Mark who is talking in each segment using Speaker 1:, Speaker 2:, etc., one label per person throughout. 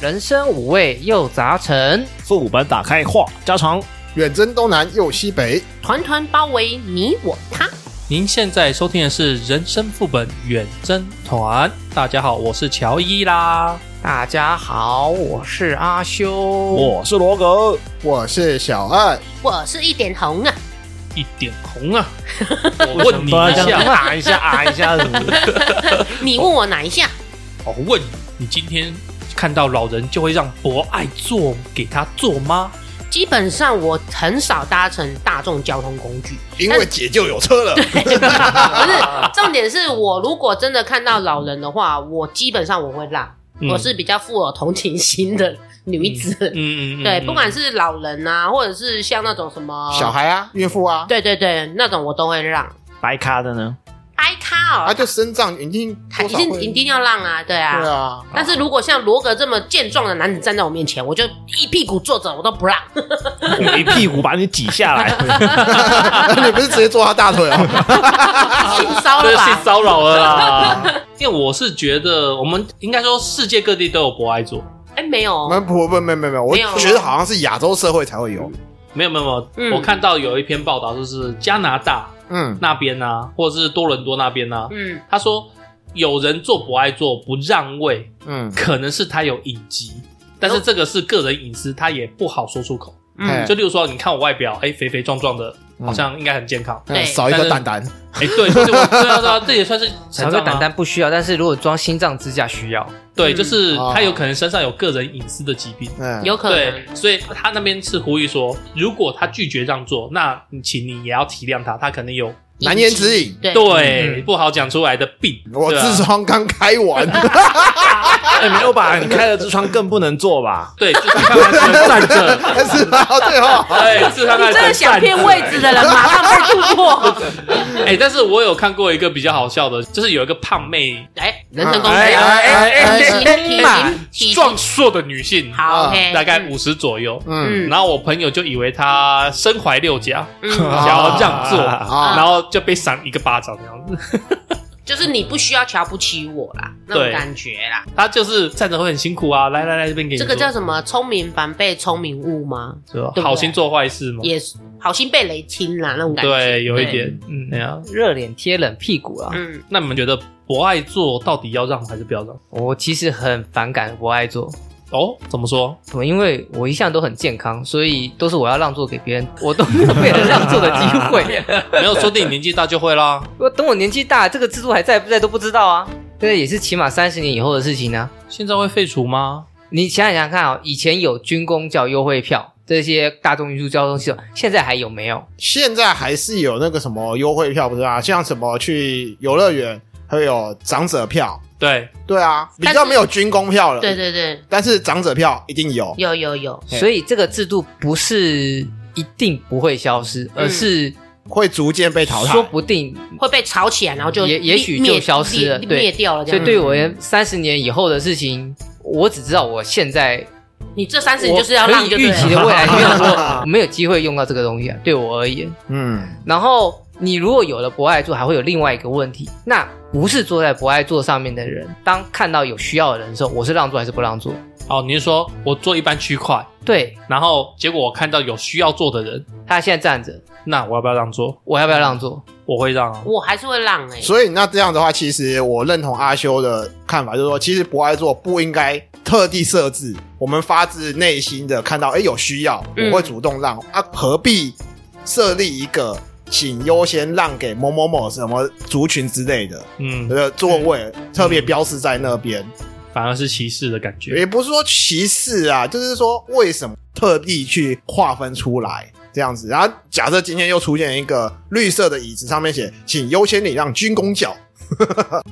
Speaker 1: 人生五味又杂陈，
Speaker 2: 副本打开话家常，
Speaker 3: 远征东南又西北，
Speaker 4: 团团包围你我他。
Speaker 5: 您现在收听的是《人生副本远征团》，大家好，我是乔伊啦。
Speaker 1: 大家好，我是阿修。哦
Speaker 2: 我是罗格，
Speaker 3: 我是小爱，
Speaker 4: 我是一点红啊，
Speaker 5: 一点红 啊！我问你一
Speaker 2: 都要这
Speaker 5: 下，
Speaker 2: 样啊一下啊一下什么的
Speaker 4: 你问我哪一下？
Speaker 5: 我问你，你今天看到老人就会让博爱做给他做吗？
Speaker 4: 基本上我很少搭乘大众交通工 具，
Speaker 3: 因为姐就有车了。
Speaker 4: 不是重点是我如果真的看到老人的话，我基本上我会让，
Speaker 5: 嗯
Speaker 4: 我是比较富有同情心的女子。
Speaker 5: 嗯嗯嗯，
Speaker 4: 对，
Speaker 5: 嗯
Speaker 4: 不管是老人啊，或者是像那种什么
Speaker 3: 小，孩啊，孕妇啊，
Speaker 4: 对对对，那种我都会让。
Speaker 2: 白咖的呢？
Speaker 4: 挨卡
Speaker 3: 啊
Speaker 4: 哦，
Speaker 3: 就身障已经
Speaker 4: 他
Speaker 3: 多
Speaker 4: 一
Speaker 3: 少
Speaker 4: 定
Speaker 3: 会
Speaker 4: 一定要让啊，对啊。
Speaker 3: 对啊，
Speaker 4: 但是如果像罗格这么健壮的男子站在我面前，我就一屁股坐着，我都不让。
Speaker 2: 我一屁股把你挤下 来，
Speaker 3: 啊 你不是直接坐他大腿 哦？
Speaker 4: 性骚
Speaker 5: 这
Speaker 4: 扰
Speaker 5: 是性
Speaker 4: 吧？
Speaker 5: 骚扰了 啦。因为我是觉得，我们应该说世界各地都有博爱做，
Speaker 4: 哎，没有
Speaker 3: 我，们不不没没没，我
Speaker 4: 没有啊
Speaker 3: 觉得好像是亚洲社会才会有。
Speaker 5: 没有没有没有，
Speaker 4: 嗯
Speaker 5: 我看到有一篇报道，就是加拿大
Speaker 3: 嗯，
Speaker 5: 那边啊，或者是多伦多那边啊，
Speaker 4: 嗯，
Speaker 5: 他说有人做博爱做不让位，
Speaker 3: 嗯，
Speaker 5: 可能是他有隐疾，但是这个是个人隐私，他也不好说出口。
Speaker 4: 嗯
Speaker 3: 哎
Speaker 5: 就例如说，你看我外表，哎、肥肥壮壮的，好像应该很健康，
Speaker 4: 对
Speaker 3: 少一
Speaker 5: 但
Speaker 3: 个
Speaker 5: 是
Speaker 3: 蛋蛋，
Speaker 5: 哎、对，就是 我对啊对啊，这也算是
Speaker 1: 小
Speaker 5: 成
Speaker 1: 个
Speaker 5: 长
Speaker 1: 胆
Speaker 5: 啊。
Speaker 1: 胆不需要，但是如果装心脏支架需要。
Speaker 5: 对，
Speaker 4: 嗯
Speaker 5: 就是
Speaker 3: 哦
Speaker 5: 他有可能身上有个人隐私的疾病。
Speaker 3: 嗯，
Speaker 4: 有可
Speaker 5: 对
Speaker 4: 能，。
Speaker 5: 所以他那边是呼吁说，如果他拒绝让座，那你请你也要体谅他，他可能有
Speaker 3: 难言之隐。
Speaker 4: 对，嗯
Speaker 5: 对、不好讲出来的病。
Speaker 3: 我
Speaker 5: 对啊
Speaker 3: 痔疮刚开 完，
Speaker 2: 哎，没有吧？你开了痔疮更不能做吧？
Speaker 5: 对，就是看完只能站着，
Speaker 3: 但是啊，对哦，
Speaker 5: 哎，痔疮
Speaker 4: 你
Speaker 5: 看
Speaker 4: 真的想骗位置的人，马上被突破。
Speaker 5: 哎、但是我有看过一个比较好笑的，就是有一个胖妹，
Speaker 4: 哎，人身攻
Speaker 2: 哎
Speaker 4: 击啊！
Speaker 2: 哎哎哎，
Speaker 4: 体型体型体型
Speaker 5: 壮硕的女性，
Speaker 4: 嗯好哎
Speaker 3: 啊
Speaker 4: ，OK，
Speaker 5: 大概五十左右。
Speaker 3: 嗯
Speaker 5: 然后我朋友就以为她身怀六甲，
Speaker 4: 嗯，
Speaker 5: 想要让座，
Speaker 3: 啊
Speaker 5: 然后就被赏一个巴掌那样子。
Speaker 4: 就是你不需要瞧不起我啦，那种
Speaker 5: 对
Speaker 4: 感觉啦。
Speaker 5: 她就是站着会很辛苦啊，来来来，这边给你
Speaker 4: 这
Speaker 5: 坐
Speaker 4: 个叫什么？聪明反被聪明误吗？
Speaker 5: 是吧
Speaker 4: 对不对
Speaker 5: 好心做坏事嘛。
Speaker 4: 也是好心被雷亲啦，那种感觉。
Speaker 5: 对，有一点，嗯，那样。
Speaker 1: 热脸贴冷屁股啊！
Speaker 4: 嗯，
Speaker 5: 那你们觉得不爱做到底要让还是不要让？
Speaker 1: 我其实很反感不爱做，
Speaker 5: 哦，怎么说？
Speaker 1: 怎么？因为我一向都很健康，所以都是我要让座给别人，我都没有被人让座的机 会。
Speaker 5: 没有，说不定你年纪大就会啦。
Speaker 1: 我等我年纪大，这个制度还在不在都不知道啊。这也是起码三十年以后的事情呢、
Speaker 5: 现在会废除吗？
Speaker 1: 你想想看啊、以前有军工叫优惠票，这些大众运输交通系统，现在还有没有？
Speaker 3: 现在还是有那个什么优惠票，不是啊？像什么去游乐园，还有长者票，
Speaker 5: 对，
Speaker 3: 对啊，比
Speaker 4: 但是
Speaker 3: 较没有军工票了。
Speaker 4: 对，嗯对对，
Speaker 3: 但是长者票一定有。
Speaker 4: 有有有，
Speaker 3: 嘿
Speaker 1: 所以这个制度不是一定不会消失，
Speaker 4: 嗯
Speaker 1: 而是
Speaker 3: 会逐渐被淘汰。
Speaker 1: 说不定。
Speaker 4: 会被吵起来，然后就
Speaker 1: 也也许
Speaker 4: 灭
Speaker 1: 就消失了
Speaker 4: 灭
Speaker 1: 对
Speaker 4: 灭掉了这
Speaker 1: 所以
Speaker 4: 样。
Speaker 1: 对我而言，三十年以后的事情，我只知道我现在
Speaker 4: 你这三十
Speaker 1: 我
Speaker 4: 就是要
Speaker 1: 可
Speaker 4: 让
Speaker 1: 以
Speaker 4: 就
Speaker 1: 预
Speaker 4: 对
Speaker 1: 期
Speaker 4: 了。
Speaker 1: 的未来，没有说没有机会用到这个东西啊。对我而言，
Speaker 3: 嗯，
Speaker 1: 然后你如果有了博爱座，还会有另外一个问题，那不是坐在博爱座上面的人，当看到有需要的人的时候，我是让座还是不让座？
Speaker 5: 哦，你是说我做一般区块，
Speaker 1: 对
Speaker 5: 然后结果我看到有需要做的人，
Speaker 1: 他现在站着，
Speaker 5: 那我要不要让座？
Speaker 1: 我要不要让座？
Speaker 5: 我会让啊。
Speaker 4: 我还是会让哎，
Speaker 3: 所以那这样的话，其实我认同阿修的看法，就是说，其实博爱座不应该特地设置，我们发自内心的看到，哎、有需要，
Speaker 4: 嗯
Speaker 3: 我会主动让、啊，何必设立一个请优先让给某某某什么族群之类的
Speaker 5: 嗯，
Speaker 3: 的座位，特别标示在那边，
Speaker 5: 反而是歧视的感觉。
Speaker 3: 也不是说歧视啊，就是说为什么特地去划分出来这样子？然后假设今天又出现一个绿色的椅子，上面写“请优先礼让军工角”，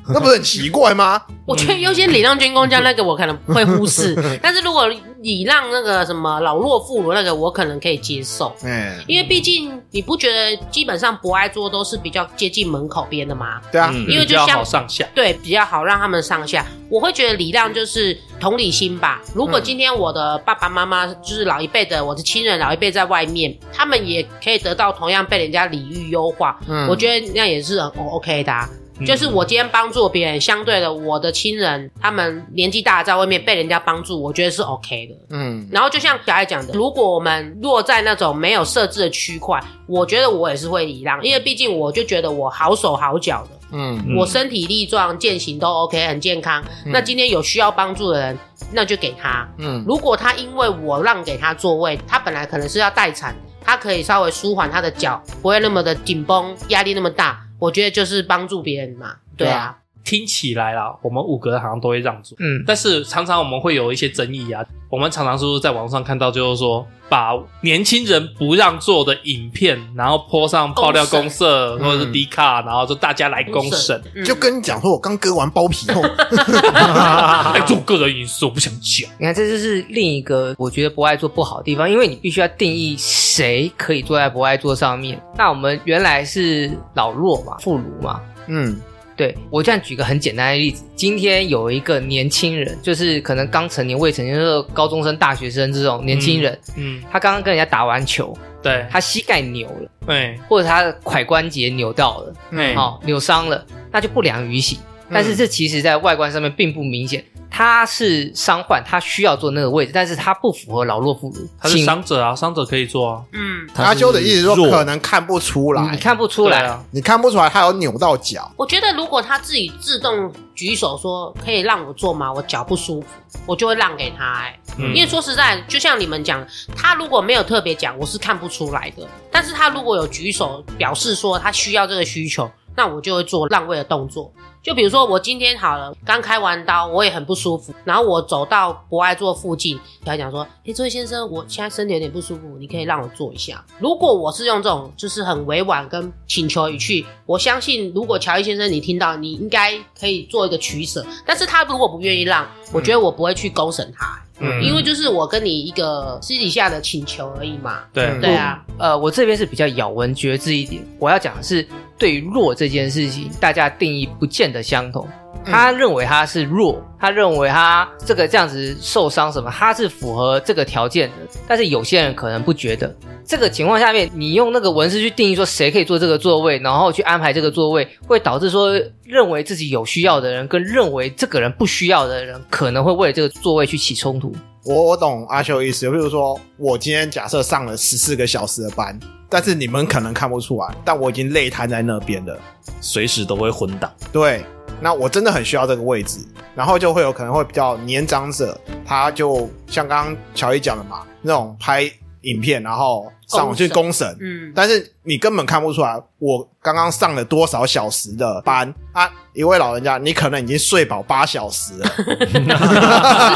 Speaker 3: 那不是很奇怪吗？
Speaker 4: 我觉得优先礼让军工家那个我可能会忽视，但是如果礼让那个什么老弱妇孺那个，我可能可以接受。
Speaker 3: 哎、
Speaker 4: 因为毕竟你不觉得基本上博爱桌都是比较接近门口边的吗？
Speaker 3: 对啊，
Speaker 5: 嗯，
Speaker 4: 因为
Speaker 5: 比
Speaker 4: 就
Speaker 5: 较
Speaker 4: 像
Speaker 5: 好上下。
Speaker 4: 对，比较好让他们上下。我会觉得礼让就是同理心吧。如果今天我的爸爸妈妈就是老一辈的，我的亲人老一辈在外面，他们也可以得到同样被人家礼遇优化，
Speaker 3: 嗯
Speaker 4: 我觉得那也是很 OK 的啊、就是我今天帮助别人，相对的，我的亲人他们年纪大，在外面被人家帮助，我觉得是 OK 的。
Speaker 3: 嗯，
Speaker 4: 然后就像小爱讲的，如果我们落在那种没有设置的区块，我觉得我也是会礼让，因为毕竟我就觉得我好手好脚的，
Speaker 3: 嗯，
Speaker 4: 我身体力壮，健行都 OK，很健康。那今天有需要帮助的人，那就给他。
Speaker 3: 嗯，
Speaker 4: 如果他因为我让给他座位，他本来可能是要待产，他可以稍微舒缓他的脚，不会那么的紧绷，压力那么大。我觉得就是帮助别人嘛，对
Speaker 3: 对
Speaker 4: 啊
Speaker 3: 啊，
Speaker 5: 听起来啦，我们五个人好像都会让座，
Speaker 1: 嗯，
Speaker 5: 但是常常我们会有一些争议啊。我们常常是不是在网上看到，就是说把年轻人不让座的影片，然后泼上爆料公社或者是
Speaker 3: 嗯
Speaker 5: 迪卡，然后就大家来公审。
Speaker 4: 嗯
Speaker 3: 啊就跟你讲说，我刚割完包 皮后，
Speaker 5: 哎，这种个人隐私我不想讲。
Speaker 1: 你看这就是另一个我觉得博爱座不好的地方，因为你必须要定义谁可以坐在博爱座上面。那我们原来是老弱嘛，妇孺嘛，
Speaker 3: 嗯
Speaker 1: 对我这样举个很简单的例子，今天有一个年轻人，就是可能刚成年、未成年，就是高中生、大学生这种年轻人，
Speaker 5: 嗯，
Speaker 1: 他刚刚跟人家打完球，
Speaker 5: 对，
Speaker 1: 他膝盖扭了，
Speaker 5: 哎，
Speaker 1: 或者他的踝关节扭到了，
Speaker 5: 哎，嗯
Speaker 1: 哦，扭伤了，那就不良于行。但是这其实在外观上面并不明显，他是伤患，他需要坐那个位置，但是他不符合老弱妇孺，
Speaker 5: 他是
Speaker 1: 请
Speaker 5: 伤者啊，伤者可以做啊。
Speaker 4: 嗯，
Speaker 3: 阿修的意思说，
Speaker 2: 弱
Speaker 3: 可能看不出
Speaker 1: 嗯你
Speaker 3: 来，
Speaker 1: 看不出来
Speaker 5: 对啊，
Speaker 3: 你看不出来他有扭到脚，
Speaker 4: 我觉得如果他自己自动举手说可以让我坐吗？我脚不舒服，我就会让给他、欸。
Speaker 5: 嗯
Speaker 4: 因为说实在，就像你们讲的，他如果没有特别讲，我是看不出来的。但是他如果有举手表示说他需要这个需求，那我就会做让位的动作。就比如说我今天好了，刚开完刀，我也很不舒服，然后我走到博爱座附近，跟他讲说：“哎、这位先生，我现在身体有点不舒服，你可以让我坐一下。”如果我是用这种就是很委婉跟请求语气，我相信如果乔伊先生你听到，你应该可以做一个取舍。但是他如果不愿意让，我觉得我不会去勾审他、
Speaker 5: 嗯
Speaker 4: 因为就是我跟你一个私底下的请求而已嘛。
Speaker 5: 对
Speaker 3: 嗯
Speaker 4: 对啊，
Speaker 1: 呃，我这边是比较咬文嚼字一点，我要讲的是对于弱这件事情，大家定义不见得相同。
Speaker 4: 嗯
Speaker 1: 他认为他是弱，他认为他这个这样子受伤什么，他是符合这个条件的。但是有些人可能不觉得，这个情况下面，你用那个文字去定义说谁可以坐这个座位，然后去安排这个座位，会导致说认为自己有需要的人跟认为这个人不需要的人，可能会为了这个座位去起冲突。
Speaker 3: 我我懂阿修的意思，比如说我今天假设上了十四个小时的班，但是你们可能看不出来，但我已经累瘫在那边了。
Speaker 2: 嗯随时都会昏倒。
Speaker 3: 对，那我真的很需要这个位置，然后就会有可能会比较年长者，他就像刚刚乔伊讲的嘛，那种拍影片然后上网去公审，
Speaker 4: 嗯，
Speaker 3: 但是你根本看不出来我刚刚上了多少小时的班啊！一位老人家，你可能已经睡饱八小时了，
Speaker 4: 是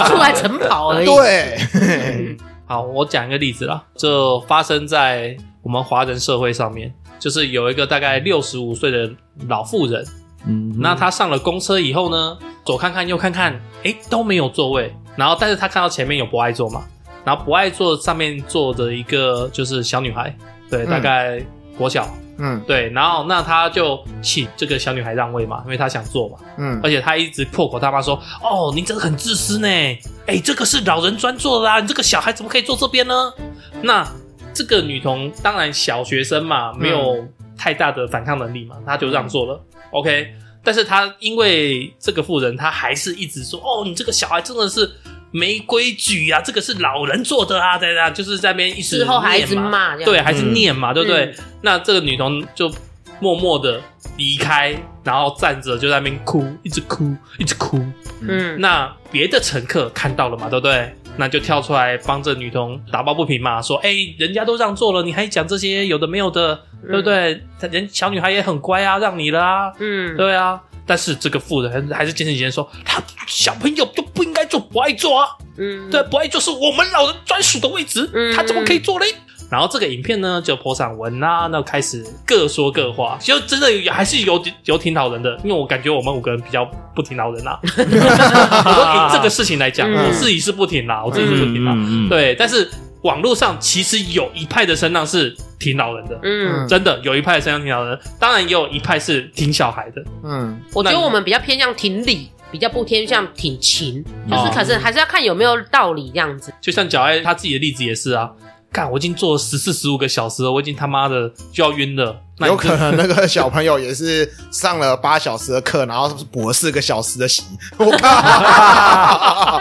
Speaker 4: 出来晨跑 而已。
Speaker 3: 对，
Speaker 5: 嗯好，我讲一个例子啦，这发生在我们华人社会上面，就是有一个大概六十五岁的老妇人，
Speaker 2: 嗯，
Speaker 5: 那她上了公车以后呢，左看看右看看，诶，都没有座位，然后但是她看到前面有不爱座嘛，然后不爱座上面坐着一个就是小女孩，对，大概国小，
Speaker 3: 嗯
Speaker 5: 对，然后那她就请这个小女孩让位嘛，因为她想坐嘛，
Speaker 3: 嗯
Speaker 5: 而且她一直破口大骂说：“哦，你真的很自私呢！哎，这个是老人专座的啊，你这个小孩怎么可以坐这边呢？”那这个女童当然小学生嘛，没有太大的反抗能力嘛，她就让座了。OK，但是她因为这个妇人，她还是一直说：“哦，你这个小孩真的是没规矩啊，这个是老人做的啊，对啊，就是在那边一直
Speaker 4: 事后还一直
Speaker 5: 念嘛
Speaker 4: 骂这样。
Speaker 5: 对，啊还是念嘛，对不对
Speaker 4: 嗯？
Speaker 5: 那这个女童就默默的离开，然后站着就在那边哭，一直哭，一直哭。
Speaker 4: 嗯，
Speaker 5: 那别的乘客看到了嘛，对不对？那就跳出来帮这女童打抱不平嘛，说：“哎、人家都让座了，你还讲这些有的没有的，对不对？她人小女孩也很乖啊，让你了啊，
Speaker 4: 嗯，
Speaker 5: 对啊。”但是这个妇人还是坚持己见说，他小朋友就不应该坐，不爱坐啊。
Speaker 4: 嗯，
Speaker 5: 对，不爱就是我们老人专属的位置，
Speaker 4: 嗯
Speaker 5: 他怎么可以坐嘞？然后这个影片呢，就泼上文啦，那开始各说各话，就真的有还是有有挺讨人的，因为我感觉我们五个人比较不挺讨人 啦、我说以这个事情来讲，
Speaker 4: 嗯
Speaker 5: 我自己是不挺啦，我自己是不挺啦，
Speaker 2: 嗯，
Speaker 5: 对。但是网络上其实有一派的声浪是挺老人的，
Speaker 4: 嗯，
Speaker 5: 真的有一派的声浪挺老人，当然也有一派是挺小孩的，
Speaker 3: 嗯
Speaker 4: 我觉得
Speaker 5: 那你
Speaker 4: 我们比较偏向挺理，比较不偏向挺情，就
Speaker 5: 哦
Speaker 4: 是可是还是要看有没有道理这样子。
Speaker 5: 就像小爱他自己的例子也是啊，干，我已经做了十四十五个小时了，我已经他妈的就要晕了。那你
Speaker 3: 有
Speaker 5: 就
Speaker 3: 可能那个小朋友也是上了八小时的课，然后补了四个小时的习。我 靠！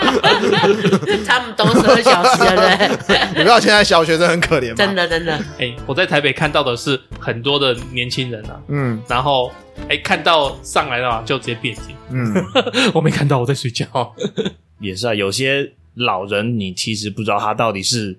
Speaker 4: 他们都十二小时 的人，
Speaker 3: 你不知道现在小学生很可怜吗？
Speaker 4: 真，的真的，
Speaker 5: 哎、我在台北看到的是很多的年轻人啊，
Speaker 3: 嗯
Speaker 5: 然后哎、看到上来了嘛就直接哦闭眼睛，
Speaker 3: 嗯，
Speaker 5: 我没看到我在睡觉。
Speaker 2: 也是啊，有些老人你其实不知道他到底是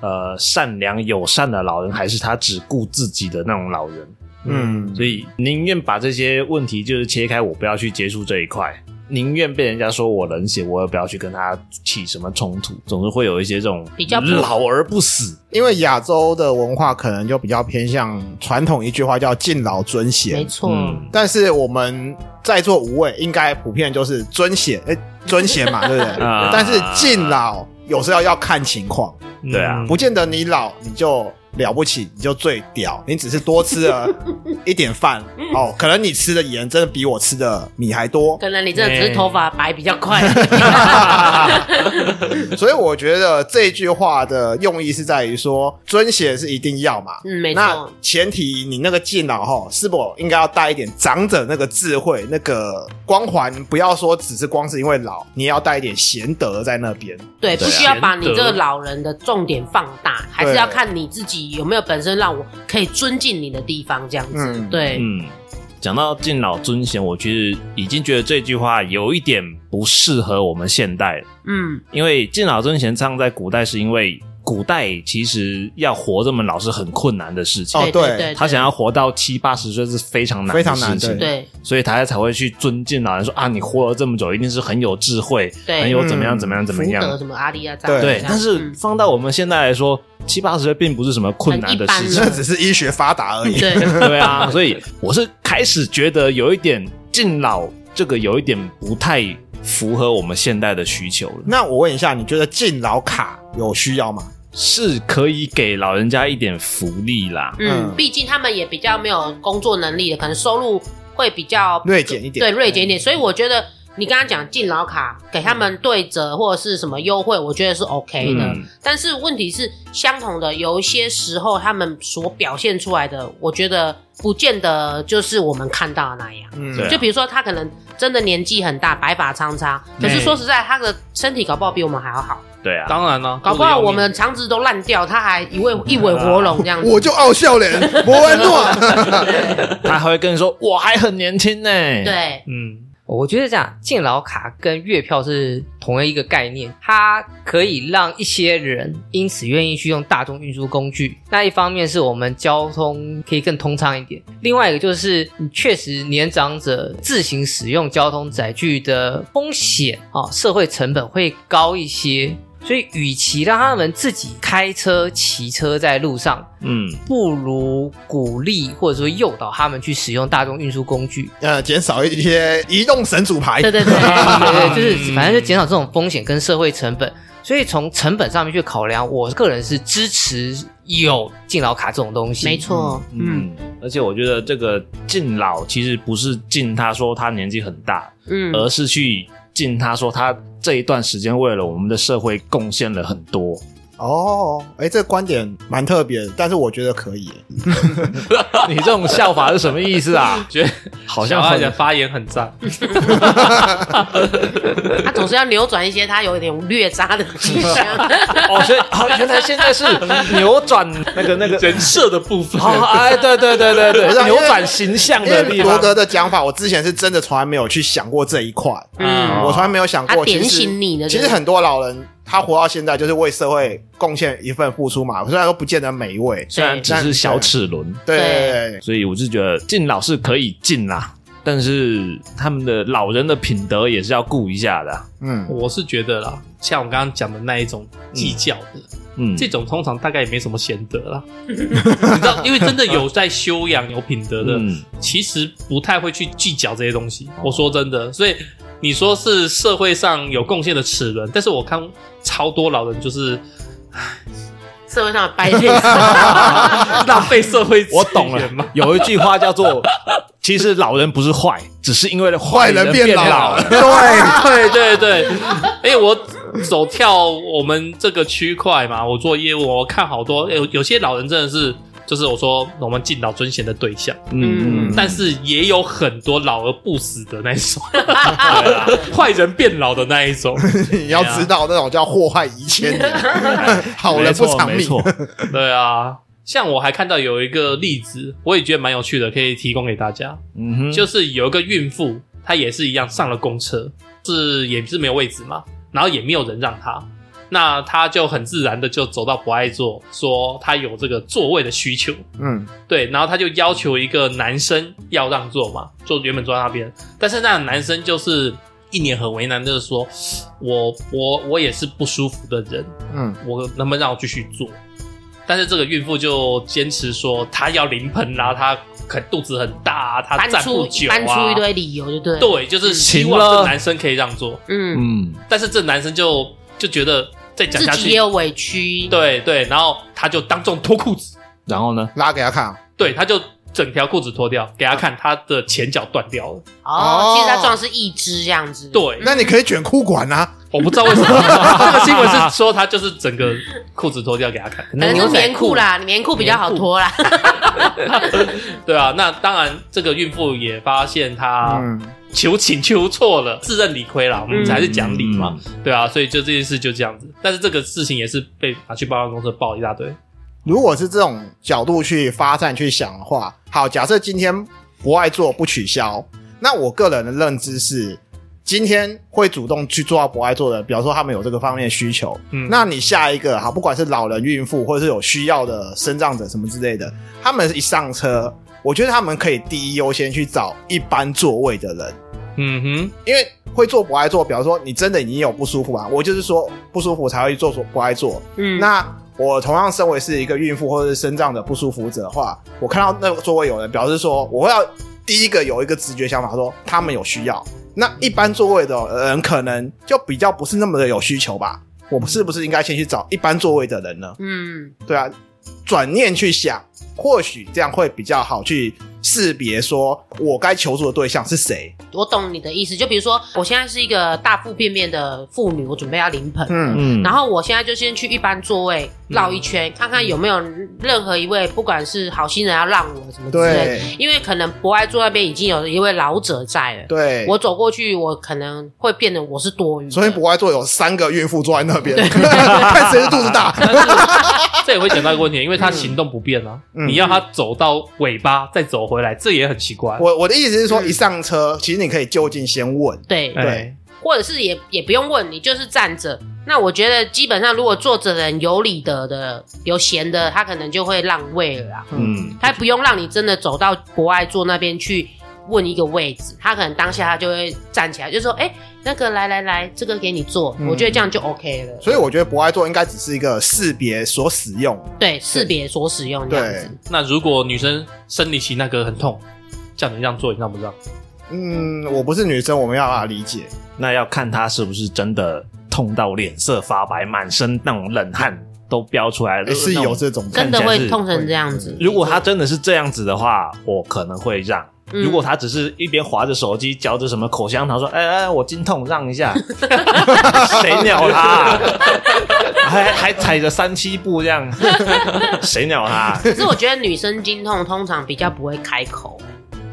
Speaker 2: 呃善良友善的老人，还是他只顾自己的那种老人。
Speaker 3: 嗯
Speaker 2: 所以宁愿把这些问题就是切开，我不要去接触这一块，宁愿被人家说我冷血，我也不要去跟他起什么冲突。总是会有一些这种
Speaker 4: 比较不
Speaker 2: 老而不死，
Speaker 3: 因为亚洲的文化可能就比较偏向传统，一句话叫敬老尊
Speaker 4: 没
Speaker 3: 贤。
Speaker 4: 错。
Speaker 2: 嗯
Speaker 3: 但是我们在座五位应该普遍就是尊贤，哎、尊贤嘛，对不对？
Speaker 2: 啊
Speaker 3: 但是敬老有时候要看情况。
Speaker 5: 嗯
Speaker 2: 对啊
Speaker 3: 不见得你老你就了不起，你就最屌，你只是多吃了一点饭哦，可能你吃的盐真的比我吃的米还多，
Speaker 4: 可能你这只是头发白比较快，
Speaker 3: 所以我觉得这句话的用意是在于说尊贤是一定要嘛。
Speaker 4: 嗯，没
Speaker 3: 那
Speaker 4: 错，
Speaker 3: 前提，你那个敬老哈，是否应该要带一点长者那个智慧、那个光环？不要说只是光是因为老，你也要带一点贤德在那边。
Speaker 2: 对
Speaker 4: 对，不
Speaker 2: 啊
Speaker 4: 需要把你这个老人的重点放大，还是要看你自己有没有本身让我可以尊敬你的地方，这样子
Speaker 3: 嗯，
Speaker 4: 对，
Speaker 2: 嗯。讲到敬老尊贤，我其实已经觉得这句话有一点不适合我们现代了
Speaker 4: 嗯，
Speaker 2: 因为敬老尊贤唱在古代，是因为古代其实要活这么老是很困难的事情。
Speaker 3: 哦
Speaker 4: 对
Speaker 3: 对
Speaker 4: 对对，
Speaker 2: 他想要活到七八十岁是非常难的
Speaker 3: 非常难
Speaker 2: 事情
Speaker 3: 对
Speaker 4: 对
Speaker 2: 所以他才会去尊敬老人，说啊，你活了这么久，一定是很有智慧，
Speaker 4: 对
Speaker 2: 很有怎么样
Speaker 3: 嗯
Speaker 2: 怎么样怎么
Speaker 4: 福德
Speaker 2: 样。
Speaker 4: 什么阿里啊，
Speaker 3: 对
Speaker 2: 对，但是
Speaker 4: 嗯
Speaker 2: 放到我们现在来说，七八十岁并不是什么困难的事
Speaker 4: 很一
Speaker 3: 那
Speaker 4: 般
Speaker 2: 情
Speaker 4: 了，
Speaker 3: 只是医学发达而已。
Speaker 4: 对，
Speaker 2: 对啊，所以我是开始觉得有一点敬老这个有一点不太符合我们现代的需求了，
Speaker 3: 那我问一下，你觉得敬老卡有需要吗？
Speaker 2: 是可以给老人家一点福利啦，
Speaker 4: 嗯
Speaker 3: 嗯，
Speaker 4: 毕竟他们也比较没有工作能力的，可能收入会比较
Speaker 3: 略减一点。
Speaker 4: 对锐减一点，所以我觉得你刚刚讲敬老卡给他们对折或者是什么优惠，我觉得是 OK 的。
Speaker 2: 嗯
Speaker 4: 但是问题是，相同的有一些时候他们所表现出来的，我觉得不见得就是我们看到的那样。
Speaker 3: 嗯
Speaker 2: 对啊
Speaker 4: 就比如说，他可能真的年纪很大，白发苍苍，可是说实在，他的身体搞不好比我们还要好，
Speaker 2: 对啊，
Speaker 5: 当然了、
Speaker 4: 搞不好我们肠子都烂掉，他还一尾一尾活龙这样子。
Speaker 3: 我就傲笑脸，莫安诺。
Speaker 2: 他还会跟你说我还很年轻呢，
Speaker 4: 对，
Speaker 5: 嗯，
Speaker 1: 我觉得这样，敬老卡跟月票是同一个概念，它可以让一些人因此愿意去用大众运输工具。那一方面是我们交通可以更通畅一点，另外一个就是你确实年长者自行使用交通载具的风险啊、哦社会成本会高一些。所以，与其让他们自己开车、骑车在路上，
Speaker 2: 嗯，
Speaker 1: 不如鼓励或者说诱导他们去使用大众运输工具。
Speaker 3: 呃，减少一些移动神主牌。
Speaker 4: 对对 对，
Speaker 1: 对对，就是反正就减少这种风险跟社会成本。所以从成本上面去考量，我个人是支持有敬老卡这种东西。
Speaker 4: 没，错，嗯
Speaker 2: 嗯，而且我觉得这个敬老其实不是敬他说他年纪很大，
Speaker 4: 嗯，
Speaker 2: 而是去敬他说他这一段时间为了我们的社会贡献了很多。
Speaker 3: 哦，哎，这个观点蛮特别的，但是我觉得可以。
Speaker 2: 你这种笑法是什么意思 啊？
Speaker 5: 觉得
Speaker 2: 好
Speaker 5: 小
Speaker 2: 像
Speaker 5: 爱
Speaker 2: 很
Speaker 5: 的发言很赞，
Speaker 4: 他总是要扭转一些他有一点略渣的迹象。
Speaker 2: 哦，所以哦，原来现在 是扭转那个那个
Speaker 5: 人设的部分。
Speaker 2: 哦，哎，对对对对
Speaker 3: 不是
Speaker 2: 对，
Speaker 3: 啊因为
Speaker 2: 扭转形象
Speaker 3: 因
Speaker 2: 的
Speaker 3: 为
Speaker 2: 地
Speaker 3: 罗
Speaker 2: 方。
Speaker 3: 格的讲法，我之前是真的从来没有去想过这一块，
Speaker 4: 嗯，
Speaker 3: 我从来没有想
Speaker 4: 他
Speaker 3: 过。
Speaker 4: 点
Speaker 3: 其
Speaker 4: 醒
Speaker 3: 实，
Speaker 4: 你的，
Speaker 3: 其实很多老人他活到现在，就是为社会贡献一份付出嘛。虽然说不见得每一位，
Speaker 2: 虽然
Speaker 4: 对
Speaker 2: 只是小齿轮，
Speaker 3: 对
Speaker 4: 对
Speaker 3: 对
Speaker 2: 所以我是觉得敬老是可以敬啦，但是他们的老人的品德也是要顾一下的啊。
Speaker 3: 嗯，
Speaker 5: 我是觉得啦，像我刚刚讲的那一种计较的，
Speaker 2: 嗯，
Speaker 5: 这种通常大概也没什么贤德啦。你知道，因为真的有在修养、有品德的，
Speaker 2: 嗯
Speaker 5: 其实不太会去计较这些东西。我说真的，所以你说是社会上有贡献的齿轮，但是我看超多老人就是
Speaker 4: 社会上的白脸，
Speaker 5: 浪费社会资
Speaker 2: 我懂 了
Speaker 5: 源嘛。
Speaker 2: 有一句话叫做 “其实老人不是坏，只是因为了
Speaker 3: 坏
Speaker 2: 人
Speaker 3: 变
Speaker 2: 老
Speaker 3: 了，对，
Speaker 5: 对对对，哎，我走跳我们这个区块嘛，我做业务，我看好多有有些老人真的是，就是我说我们敬老尊贤的对象，
Speaker 2: 嗯
Speaker 3: 嗯
Speaker 5: 但 是也有很多老而不死的那一种， 对啊坏人变老的那一种，
Speaker 2: 啊
Speaker 3: 你要知道那种叫祸害一千年，好
Speaker 2: 没
Speaker 3: 人不
Speaker 2: 错
Speaker 3: 偿
Speaker 2: 没
Speaker 3: 命。
Speaker 2: 错，
Speaker 5: 对啊。像我还看到有一个例子，我也觉得蛮有趣的，可以提供给大家。
Speaker 2: 嗯哼，
Speaker 5: 就是有一个孕妇，她也是一样上了公车，是也是没有位置嘛，然后也没有人让她，那她就很自然的就走到不爱座，说她有这个座位的需求，
Speaker 3: 嗯，
Speaker 5: 对，然后她就要求一个男生要让座嘛，就原本坐在那边，但是那个男生就是一脸很为难的说，我我我也是不舒服的人，
Speaker 3: 嗯，
Speaker 5: 我能不能让我继续做？但是这个孕妇就坚持说，她要临盆啦、她可肚子很大、啊，她
Speaker 4: 搬
Speaker 5: 站不
Speaker 4: 出
Speaker 5: 久啊，
Speaker 4: 搬出一堆理由就对了。
Speaker 5: 对，就是希望这男生可以让座，
Speaker 4: 嗯，
Speaker 2: 嗯
Speaker 5: 但是这男生就就觉得再讲
Speaker 4: 自
Speaker 5: 下
Speaker 4: 己
Speaker 5: 去
Speaker 4: 也，有委屈，
Speaker 5: 对对，然后他就当众脱裤子，
Speaker 2: 然后呢？
Speaker 3: 拉给他看啊。
Speaker 5: 对，他就整条裤子脱掉给他看，他的前脚断掉了，
Speaker 4: 哦
Speaker 3: 哦，
Speaker 4: 其实他撞的是一只这样子。
Speaker 5: 对，
Speaker 3: 那你可以卷裤管啊，
Speaker 5: 我不知道为什么这个新闻是说他就是整个裤子脱掉给他看，
Speaker 4: 可能是棉裤啦，棉裤比较好脱啦。
Speaker 5: 对啊，那当然这个孕妇也发现
Speaker 2: 啊
Speaker 5: 他
Speaker 3: 嗯，
Speaker 5: 求请求错了，自认理亏啦，我们
Speaker 4: 嗯
Speaker 5: 才是讲理嘛，
Speaker 3: 嗯
Speaker 5: 对啊，所以就这件事就这样子，但是这个事情也是被拿去报告公司报一大堆，
Speaker 3: 如果是这种角度去发散去想的话，好，假设今天不爱做不取消，那我个人的认知是，今天会主动去做到不爱做的，比方说他们有这个方面的需求，
Speaker 5: 嗯
Speaker 3: 那你下一个好，不管是老人、孕妇，或者是有需要的身障者什么之类的，他们一上车，我觉得他们可以第一优先去找一般座位的人。
Speaker 5: 嗯哼。
Speaker 3: 因为会做不爱做，比方说你真的已经有不舒服啊，我就是说不舒服才会做不爱做。
Speaker 4: 嗯，
Speaker 3: 那我同样身为是一个孕妇或者是身障的不舒服者的话，我看到那个座位有人，表示说我会要第一个有一个直觉想法说他们有需要。那一般座位的人可能就比较不是那么的有需求吧，我们是不是应该先去找一般座位的人呢？
Speaker 4: 嗯，
Speaker 3: 对啊，转念去想，或许这样会比较好去识别说我该求助的对象是谁。
Speaker 4: 我懂你的意思。就比如说，我现在是一个大腹便便的妇女，我准备要临盆，
Speaker 3: 嗯
Speaker 2: 嗯，
Speaker 4: 然后我现在就先去一般座位绕一圈，看看有没有任何一位，不管是好心人要让我什么之类
Speaker 3: 对
Speaker 4: 的，因为可能博爱座那边已经有一位老者在了，
Speaker 3: 对，
Speaker 4: 我走过去，我可能会变得我是多余的。
Speaker 3: 昨天博爱座有三个孕妇坐在那边，看谁是肚子大。
Speaker 5: 但是这也会讲到一个问题，因为他行动不便啊，
Speaker 3: 嗯
Speaker 5: 你要他走到尾巴再走回来，这也很奇怪。
Speaker 3: 我我的意思是说，一上车，其实你可以就近先问，
Speaker 4: 对，
Speaker 5: 哎
Speaker 3: 对，
Speaker 4: 或者是也也不用问，你就是站着。那我觉得基本上，如果坐着的人有理得的、有闲的，他可能就会让位了啦。
Speaker 2: 嗯
Speaker 4: 他不用让你真的走到博爱座那边去问一个位置，他可能当下他就会站起来，就说：“哎、那个来来来，这个给你坐。
Speaker 3: 嗯
Speaker 4: 我觉得这样就 OK 了。
Speaker 3: 所以我觉得博爱座应该只是一个识别所使用。
Speaker 4: 对，识别所使用这样子。
Speaker 5: 那如果女生生理期那个很痛，叫你让座，你让不让？
Speaker 3: 嗯，我不是女生，我没有办法理解。
Speaker 2: 那要看他是不是真的痛到脸色发白，满身那种冷汗都飙出来了，
Speaker 3: 哎是
Speaker 2: 呃那种
Speaker 3: 有这种
Speaker 4: 真
Speaker 2: 看起
Speaker 4: 的
Speaker 2: 来
Speaker 4: 会
Speaker 2: 是
Speaker 4: 痛成这样子。
Speaker 2: 如果他真的是这样子的话，我可能会让。
Speaker 4: 嗯
Speaker 2: 如果他只是一边划着手机，嚼着什么口香糖，说：“哎哎，我经痛，让一下。” 谁鸟他、啊？还还踩着三七步这样，谁鸟他、
Speaker 4: 可是我觉得女生经痛通常比较不会开口，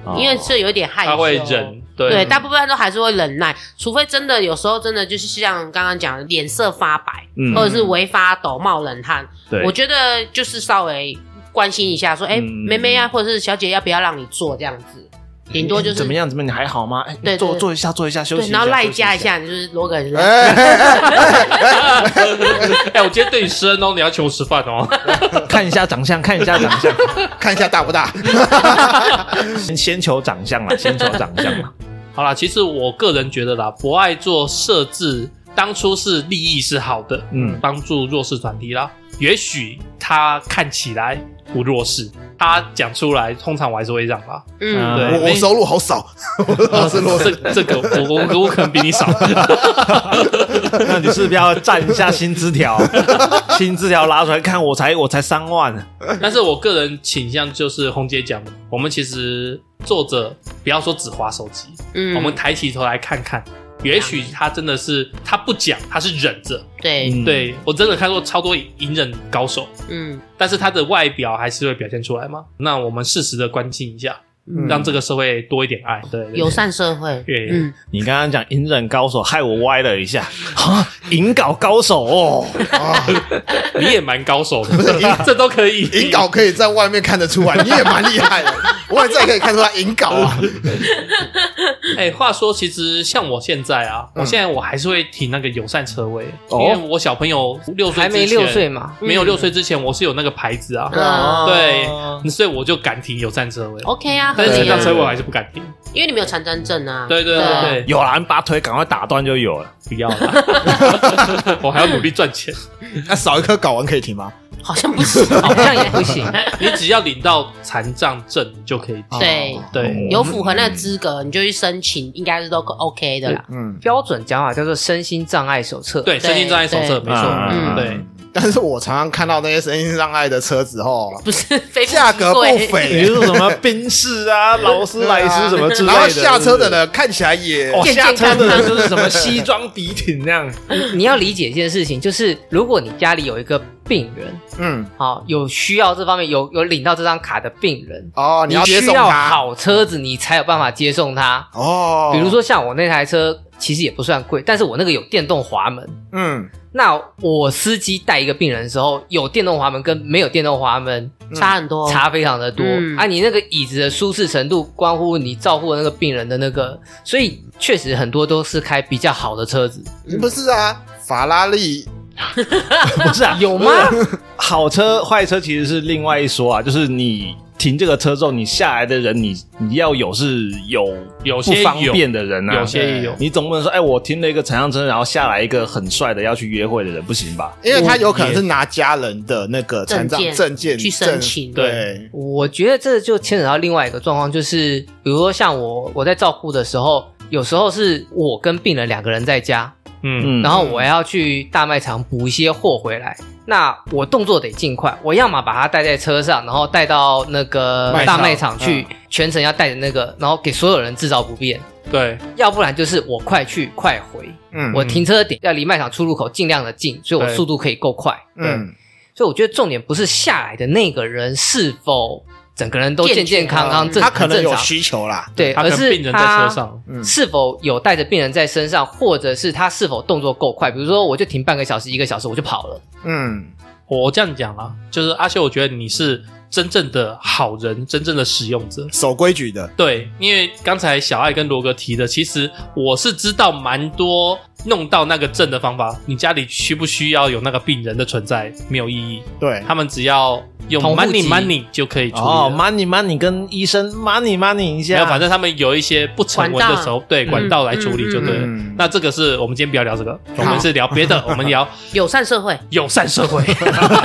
Speaker 2: 哦
Speaker 4: 因为是有点害羞，
Speaker 5: 他会忍，对，
Speaker 4: 对，大部分都还是会忍耐，除非真的有时候真的就是像刚刚讲的，脸色发白，
Speaker 2: 嗯
Speaker 4: 或者是微发抖、冒冷汗，
Speaker 2: 对，
Speaker 4: 我觉得就是稍微关心一下，说，哎、
Speaker 2: 嗯
Speaker 4: 妹妹啊，或者是小姐要不要让你坐这样子，顶多就是
Speaker 2: 怎么样？怎么样？你还好吗？哎，
Speaker 4: 对对
Speaker 2: 坐
Speaker 4: 对
Speaker 2: 坐一下，坐一下，休息
Speaker 4: 对，
Speaker 2: 一下。
Speaker 4: 然后赖
Speaker 2: 休息
Speaker 4: 加一。下，你就是罗个人。
Speaker 3: 哎，
Speaker 5: 哎、我今天对你施恩哦，你要请我吃饭哦。
Speaker 2: 看一下长相，看一下长相，
Speaker 3: 看一下大 不大？
Speaker 2: 先先求长相嘛，先求长相 嘛。
Speaker 5: 好啦，其实我个人觉得啦，博爱座设置当初是利益是好的，
Speaker 2: 嗯
Speaker 5: 帮助弱势团体啦。也许他看起来不弱势，他讲出来，通常我还是会让啦。
Speaker 4: 嗯，
Speaker 5: 对
Speaker 3: 啊
Speaker 2: 哎
Speaker 3: 我我
Speaker 5: 没
Speaker 3: 收入好少，我都是落
Speaker 5: 这这个我我我可能比你少。
Speaker 2: 那你是不是要站一下薪资 条？薪资条拉出来看，我才我才三万。
Speaker 5: 但是我个人倾向就是红姐讲的，我们其实坐着不要说只划手机，
Speaker 4: 嗯
Speaker 5: 我们抬起头来看看也许他真的是他不讲，他是忍着。
Speaker 4: 对，
Speaker 2: 嗯，
Speaker 5: 对我真的看过超多隐忍高手，
Speaker 4: 嗯
Speaker 5: 但是他的外表还是会表现出来嘛。那我们适时的关心一下，
Speaker 4: 嗯，
Speaker 5: 让这个社会多一点爱。对，对
Speaker 4: 友善社会，
Speaker 5: 对
Speaker 4: 嗯，
Speaker 2: 你刚刚讲隐忍高手，害我歪了一下啊！引稿高手哦，
Speaker 3: 啊，
Speaker 5: 你也蛮高手的， 这都可以。
Speaker 3: 银稿可以在外面看得出来，你也蛮厉害的，外在可以看出来银稿啊，
Speaker 2: 嗯
Speaker 5: 哎、话说，其实像我现在啊，
Speaker 3: 嗯
Speaker 5: 我现在我还是会停那个友善车位，
Speaker 2: 哦
Speaker 5: 因为我小朋友六岁
Speaker 1: 还没
Speaker 5: 之前
Speaker 1: 六岁， 嘛，
Speaker 5: 没有六岁之前我是有那个牌子啊，
Speaker 4: 啊
Speaker 5: 对，所以我就敢停友善车位。
Speaker 4: ，OK 啊，合
Speaker 5: 但是
Speaker 4: 理
Speaker 5: 残
Speaker 4: 啊
Speaker 5: 障，车位我还是不敢停。
Speaker 4: 因为你没有残障证啊，
Speaker 5: 对对
Speaker 4: 啊
Speaker 5: 对对，
Speaker 2: 有啦，你把腿赶快打断就有了。
Speaker 5: 不要了， 我还要努力赚钱。
Speaker 3: 那少一颗睾丸可以停吗？
Speaker 4: 好像不是，
Speaker 1: 好像也不行。
Speaker 5: 你只要领到残障证，你就可以停。
Speaker 4: 对，
Speaker 5: 对，
Speaker 4: 有符合那个资格，你就去申请，应该是都 OK 的啦。
Speaker 3: 嗯，
Speaker 1: 标准讲法叫做身心障碍手册。，
Speaker 5: 对，身心障碍手册
Speaker 4: 对
Speaker 5: 没错。
Speaker 4: 嗯
Speaker 5: 对，
Speaker 3: 但是我常常看到那些身心障碍的车子哦，
Speaker 4: 不是，非富
Speaker 3: 价
Speaker 4: 即
Speaker 3: 格不
Speaker 4: 贵
Speaker 2: 你
Speaker 3: 菲，
Speaker 2: 是什么宾士 啊、劳斯莱斯什么之类的，
Speaker 3: 然后下车的
Speaker 2: 呢？
Speaker 3: 呢，看起来也
Speaker 2: 哦，
Speaker 1: 健
Speaker 2: 下
Speaker 1: 健
Speaker 2: 车
Speaker 1: 康康
Speaker 2: 的人就是什么西装笔挺那样，
Speaker 1: 你要理解一件事情，就是如果你家里有一个病人，
Speaker 3: 嗯，
Speaker 1: 好、有需要这方面有有领到这张卡的病人，
Speaker 3: 哦，你要接
Speaker 1: 需
Speaker 3: 送
Speaker 1: 要
Speaker 3: 他，
Speaker 1: 好车子，你才有办法接送他。
Speaker 3: 哦，
Speaker 1: 比如，说像我那台车，其实也不算贵，但是我那个有电动滑门。
Speaker 3: 嗯，
Speaker 1: 那我司机带一个病人的时候，有电动滑门跟没有电动滑门
Speaker 4: 差很多，
Speaker 1: 差非常的多、
Speaker 4: 哦嗯
Speaker 1: 啊！你那个椅子的舒适程度，关乎你照顾的那个病人的那个，所以确实很多都是开比较好的车子，
Speaker 3: 不是啊，法拉利，
Speaker 2: 不是啊？
Speaker 1: 有吗？
Speaker 2: 好车坏车其实是另外一说啊，就是你停这个车之后，你下来的人你，你要有是有
Speaker 5: 有
Speaker 2: 不
Speaker 5: 些
Speaker 2: 方
Speaker 5: 有，
Speaker 2: 便的人
Speaker 4: 嗯
Speaker 2: 啊，
Speaker 5: 有些也有。
Speaker 2: 你总不能说，哎、我停了一个残障车，然后下来一个很帅的要去约会的人，不行吧？
Speaker 3: 因为他有可能是拿家人的那个残障
Speaker 4: 证件
Speaker 3: 证件
Speaker 4: 去申请
Speaker 3: 证对，
Speaker 1: 我觉得这就牵扯到另外一个状况，就是比如说像我我在照顾的时候，有时候是我跟病人两个人在家，
Speaker 2: 嗯，
Speaker 5: 嗯，
Speaker 1: 然后我要去大卖场补一些货回来。那我动作得尽快，我要么把它带在车上，然后带到那个
Speaker 3: 卖场嗯
Speaker 1: 大卖场去，全程要带着那个，然后给所有人制造不便；
Speaker 5: 对，
Speaker 1: 要不然就是我快去快回，
Speaker 3: 嗯，
Speaker 1: 我停车的点要离卖场出入口尽量的近，所以我
Speaker 5: 对
Speaker 1: 速度可以够快。
Speaker 3: 嗯，
Speaker 1: 所以我觉得重点不是下来的那个人是否整个人都健健康康、
Speaker 4: 健
Speaker 1: 正
Speaker 3: 他可能
Speaker 1: 正
Speaker 3: 有
Speaker 1: 常，
Speaker 3: 需求啦，
Speaker 1: 对，
Speaker 5: 他
Speaker 1: 而
Speaker 5: 跟
Speaker 1: 是
Speaker 5: 病人在
Speaker 1: 他
Speaker 5: 车上，
Speaker 3: 嗯
Speaker 1: 是否有带着病人在身上，或者是他是否动作够快？比如说，我就停半个小时、一个小时，我就跑了。
Speaker 3: 嗯，
Speaker 5: 我这样讲啦，就是阿修，我觉得你是真正的好人，真正的使用者。
Speaker 3: 守规矩的，
Speaker 5: 对，因为刚才小爱跟罗哥提的，其实我是知道蛮多弄到那个证的方法。你家里需不需要有那个病人的存在没有意义，
Speaker 3: 对，
Speaker 5: 他们只要用
Speaker 1: 同步
Speaker 5: money
Speaker 1: 机
Speaker 5: money 就可以处理了。
Speaker 2: 哦，money money 跟医生 money money 一
Speaker 5: 没
Speaker 2: 下，
Speaker 5: 有，反正他们有一些不成文的时候，对
Speaker 4: 嗯
Speaker 5: 管道来处理就对了。
Speaker 3: 嗯嗯嗯
Speaker 5: 那这个是我们今天不要聊这个，我们是聊别的，我们聊
Speaker 4: 友善社会，
Speaker 5: 友善社会，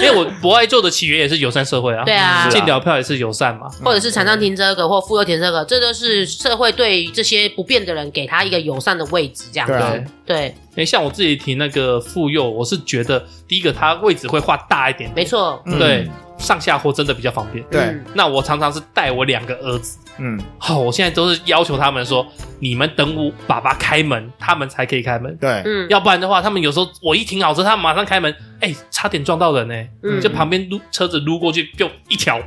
Speaker 5: 因为我博爱做的起源也是友善社会啊，
Speaker 4: 对啊
Speaker 5: 进疗票也是友善嘛，
Speaker 3: 嗯
Speaker 4: 或者是残障停车格或妇幼停车格，这都是社会对于这些不便的人给他一个友善的位置，这样
Speaker 3: 对啊
Speaker 5: 对。
Speaker 4: 对，
Speaker 5: 因为像我自己提那个妇幼，我是觉得第一个它位置会画大一点，
Speaker 4: 没，错，
Speaker 3: 嗯
Speaker 5: 对，，上下货真的比较方便。
Speaker 3: 对，
Speaker 4: 嗯
Speaker 5: 那我常常是带我两个儿子，
Speaker 3: 嗯，
Speaker 5: 好、我现在都是要求他们说，你们等我爸爸开门，他们才可以开门，
Speaker 3: 对，
Speaker 4: 嗯，
Speaker 5: 要不然的话，他们有时候我一停好车，他们马上开门，哎、差点撞到人呢、
Speaker 4: 嗯
Speaker 5: 就旁边撸车子撸过去，就一条，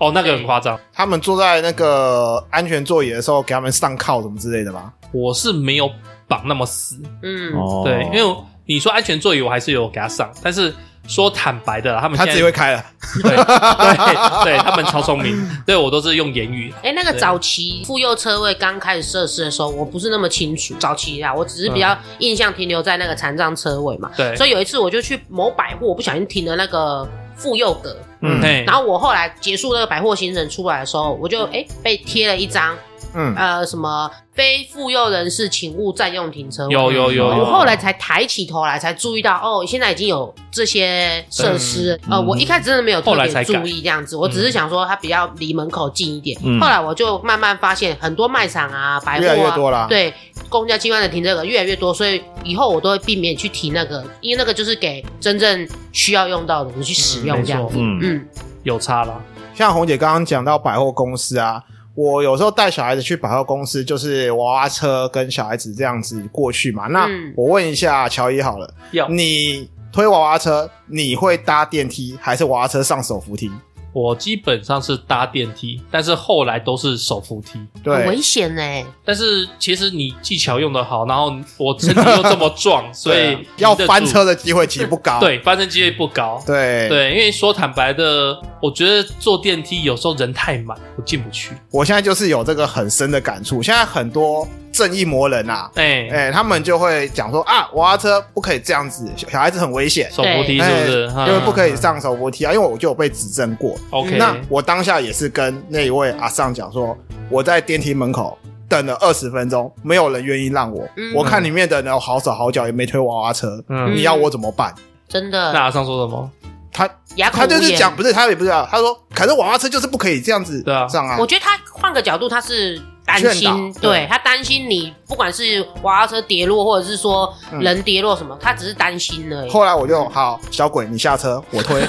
Speaker 5: 哦，那个很夸张。
Speaker 3: 他们坐在那个安全座椅的时候，给他们上铐什么之类的吧，
Speaker 5: 我是没有绑那么死，
Speaker 4: 嗯，
Speaker 2: 哦
Speaker 5: 对，因为你说安全座椅，我还是有给他上，但是说坦白的啦，他们
Speaker 3: 他
Speaker 5: 现
Speaker 3: 自
Speaker 5: 在
Speaker 3: 己会开了，
Speaker 5: 对对对，他们超 聪明，对我都是用言语。
Speaker 4: 哎、那个
Speaker 5: 对
Speaker 4: 早期妇幼车位刚开始设施的时候，我不是那么清楚。早期啦，我
Speaker 3: 嗯
Speaker 4: 只是比较印象停留在那个残障车位嘛。
Speaker 5: 对，
Speaker 4: 所
Speaker 5: 以
Speaker 4: 以有一次我就去某百货，我不小心停了那个妇幼格，
Speaker 3: 嗯
Speaker 5: 嘿，
Speaker 4: 然后我后来结束那个百货行程出来的时候，我就哎、被贴了一张
Speaker 3: 嗯，
Speaker 4: 呃什么非妇幼人士请勿占用停车位。
Speaker 5: 有有有
Speaker 4: 我
Speaker 5: 有，
Speaker 4: 后来才抬起头来，才注意到哦，现在已经有这些设施。呃，我一开始真的没有特
Speaker 5: 后来
Speaker 4: 别
Speaker 5: 才
Speaker 4: 注
Speaker 5: 改
Speaker 4: 意这样子，我只是想说它比较离门口近一点。
Speaker 2: 嗯
Speaker 4: 后来我就慢慢发现，很多卖场啊、百货
Speaker 3: 越
Speaker 4: 啊，
Speaker 3: 来越多啦
Speaker 4: 对，公家机关的停车格越来越多，所以以后我都会避免去提那个，因为那个就是给真正需要用到的人去使
Speaker 5: 嗯
Speaker 4: 用
Speaker 5: 没
Speaker 4: 这样
Speaker 5: 错
Speaker 4: 子。
Speaker 2: 嗯
Speaker 4: 嗯，
Speaker 5: 有差了，
Speaker 3: 像红姐刚刚讲到百货公司啊，我有时候带小孩子去百货公司，就是娃娃车跟小孩子这样子过去嘛。那
Speaker 4: 嗯
Speaker 3: 我问一下乔伊好了，
Speaker 5: 要
Speaker 3: 你推娃娃车，你会搭电梯还是娃娃车上手扶梯？
Speaker 5: 我基本上是搭电梯，但是后来都是手扶梯。
Speaker 4: 很
Speaker 3: 对
Speaker 4: 危，险欸呢、
Speaker 5: 但是其实你技巧用得好，然后我身体又这么 壮，所以
Speaker 3: 对啊要
Speaker 5: 抵得住
Speaker 3: 翻车的机会其实不高。
Speaker 5: 对翻身几率不高。
Speaker 3: 对，
Speaker 5: 对，因为说坦白的，我觉得坐电梯有时候人太满，我进不去。
Speaker 3: 我现在就是有这个很深的感触。现在很多正义魔人啊，
Speaker 5: 哎、
Speaker 3: 哎、他们就会讲说啊，娃娃车不可以这样子，小小孩子很危险，
Speaker 5: 手扶梯是不是？
Speaker 3: 哎因为不可以上手扶梯啊，因为我就有被指正过。
Speaker 5: OK，
Speaker 3: 那我当下也是跟那一位阿尚讲说，我在电梯门口等了二十分钟，没有人愿意让我。
Speaker 4: 嗯
Speaker 3: 我看里面的人有好手好脚，也没推娃娃车，
Speaker 5: 嗯
Speaker 3: 你要我怎么办？
Speaker 4: 真的。
Speaker 5: 那阿尚说什么？
Speaker 3: 他
Speaker 4: 哑口
Speaker 3: 他
Speaker 4: 无言。
Speaker 3: 就是讲，不是他也不知道，他说可是娃娃车就是不可以这样子
Speaker 5: 对啊
Speaker 3: 上啊
Speaker 4: 我。觉得他换个角度，他是担
Speaker 3: 劝
Speaker 4: 心，
Speaker 3: 导对
Speaker 4: 对他担心你，不管是娃娃车跌落，或者是说
Speaker 3: 嗯
Speaker 4: 人跌落什么，他只是担心而已。
Speaker 3: 后来我就好，小鬼你下车，我 推。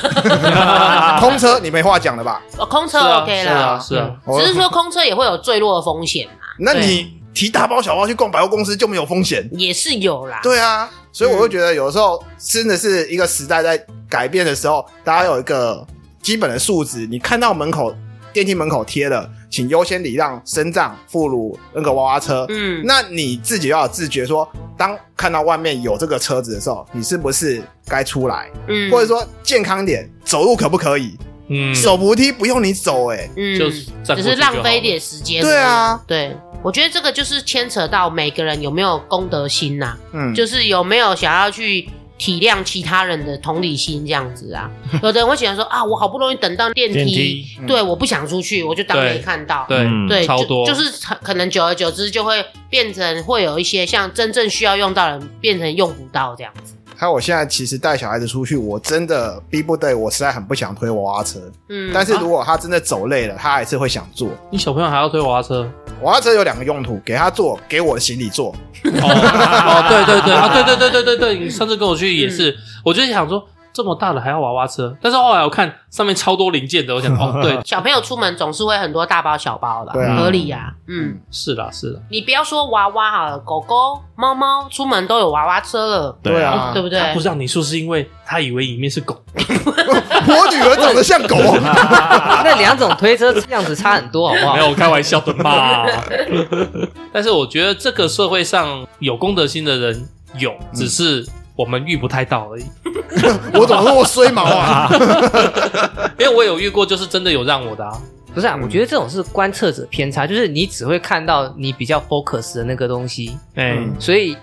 Speaker 3: 空车你没话讲了吧？
Speaker 4: 哦空车
Speaker 5: 是啊
Speaker 4: OK
Speaker 5: 是啊，
Speaker 4: 啦，
Speaker 5: 是啊，
Speaker 3: 我
Speaker 4: 只是说空车也会有坠落的风险啊，
Speaker 3: 那
Speaker 4: 对
Speaker 3: 你提大包小包去逛百货公司就没有风险？
Speaker 4: 也是有啦。
Speaker 3: 对啊，所以我会觉得有的时候真的是一个时代在改变的时候，大家有一个基本的素质。你看到门口电梯门口贴了，请优先礼让身障、副乳那个娃娃车。
Speaker 4: 嗯，
Speaker 3: 那你自己要有自觉说当看到外面有这个车子的时候，你是不是该出来？
Speaker 4: 嗯，
Speaker 3: 或者说健康点，走路可不可以？
Speaker 5: 嗯，
Speaker 3: 手扶梯不用你走、欸，哎，
Speaker 4: 嗯，
Speaker 5: 就是站
Speaker 4: 只
Speaker 5: 过去
Speaker 4: 是
Speaker 5: 就好
Speaker 4: 浪费
Speaker 5: 了
Speaker 4: 一点时间。
Speaker 3: 对啊，
Speaker 4: 对。我觉得这个就是牵扯到每个人有没有公德心呐、
Speaker 3: 嗯，
Speaker 4: 就是有没有想要去体谅其他人的同理心这样 子啊？有的人会喜欢说啊，我好不容易等到电
Speaker 2: 电
Speaker 4: 梯
Speaker 2: 梯，
Speaker 3: 嗯
Speaker 4: 对，我不想出去，我就当
Speaker 5: 对
Speaker 4: 没看到。
Speaker 5: 对、
Speaker 2: 嗯
Speaker 4: 对，
Speaker 5: 超
Speaker 4: 就
Speaker 5: 多
Speaker 4: 就是很可能久而久之就会变成会有一些像真正需要用到的人变成用不到这样子。
Speaker 3: 还有我现在其实带小孩子出去，我真的逼不得已，我实在很不想推娃娃车。
Speaker 4: 嗯，
Speaker 3: 但是如果他真的走累了，他还是会想坐。
Speaker 5: 你小朋友还要推娃 娃车？
Speaker 3: 娃娃车有两个用途，给他坐，给我的行李坐。
Speaker 5: 哦哦，对对对啊，对对对对对对，你上次跟我去也
Speaker 4: 嗯
Speaker 5: 是，我就想说这么大了还要娃娃车，但是后来我看上面超多零件的，我想 哦，对，
Speaker 4: 小朋友出门总是会很多大包小包的，
Speaker 3: 对
Speaker 5: 啊
Speaker 4: 合理呀、嗯，
Speaker 5: 是啦是啦，
Speaker 4: 你不要说娃娃好了，狗狗、猫猫出门都有娃娃车了，
Speaker 2: 对啊，
Speaker 4: 对不对？
Speaker 5: 他不让你说是因为他以为里面是狗，
Speaker 3: 我女儿长得像 狗，
Speaker 5: 啊
Speaker 1: 那两种推车样子差很多，好不好
Speaker 5: 没？有我开玩笑的嘛。啊 但是我觉得这个社会上有公德心的人有，只是我们遇不太到而已。
Speaker 3: 我怎么那么衰毛 啊？
Speaker 5: 因为我有遇过，就是真的有让我的啊，
Speaker 1: 不是啊，
Speaker 3: 嗯
Speaker 1: 我觉得这种是观测者偏差，就是你只会看到你比较 focus 的那个东西，
Speaker 5: 哎、
Speaker 3: 嗯
Speaker 1: 所以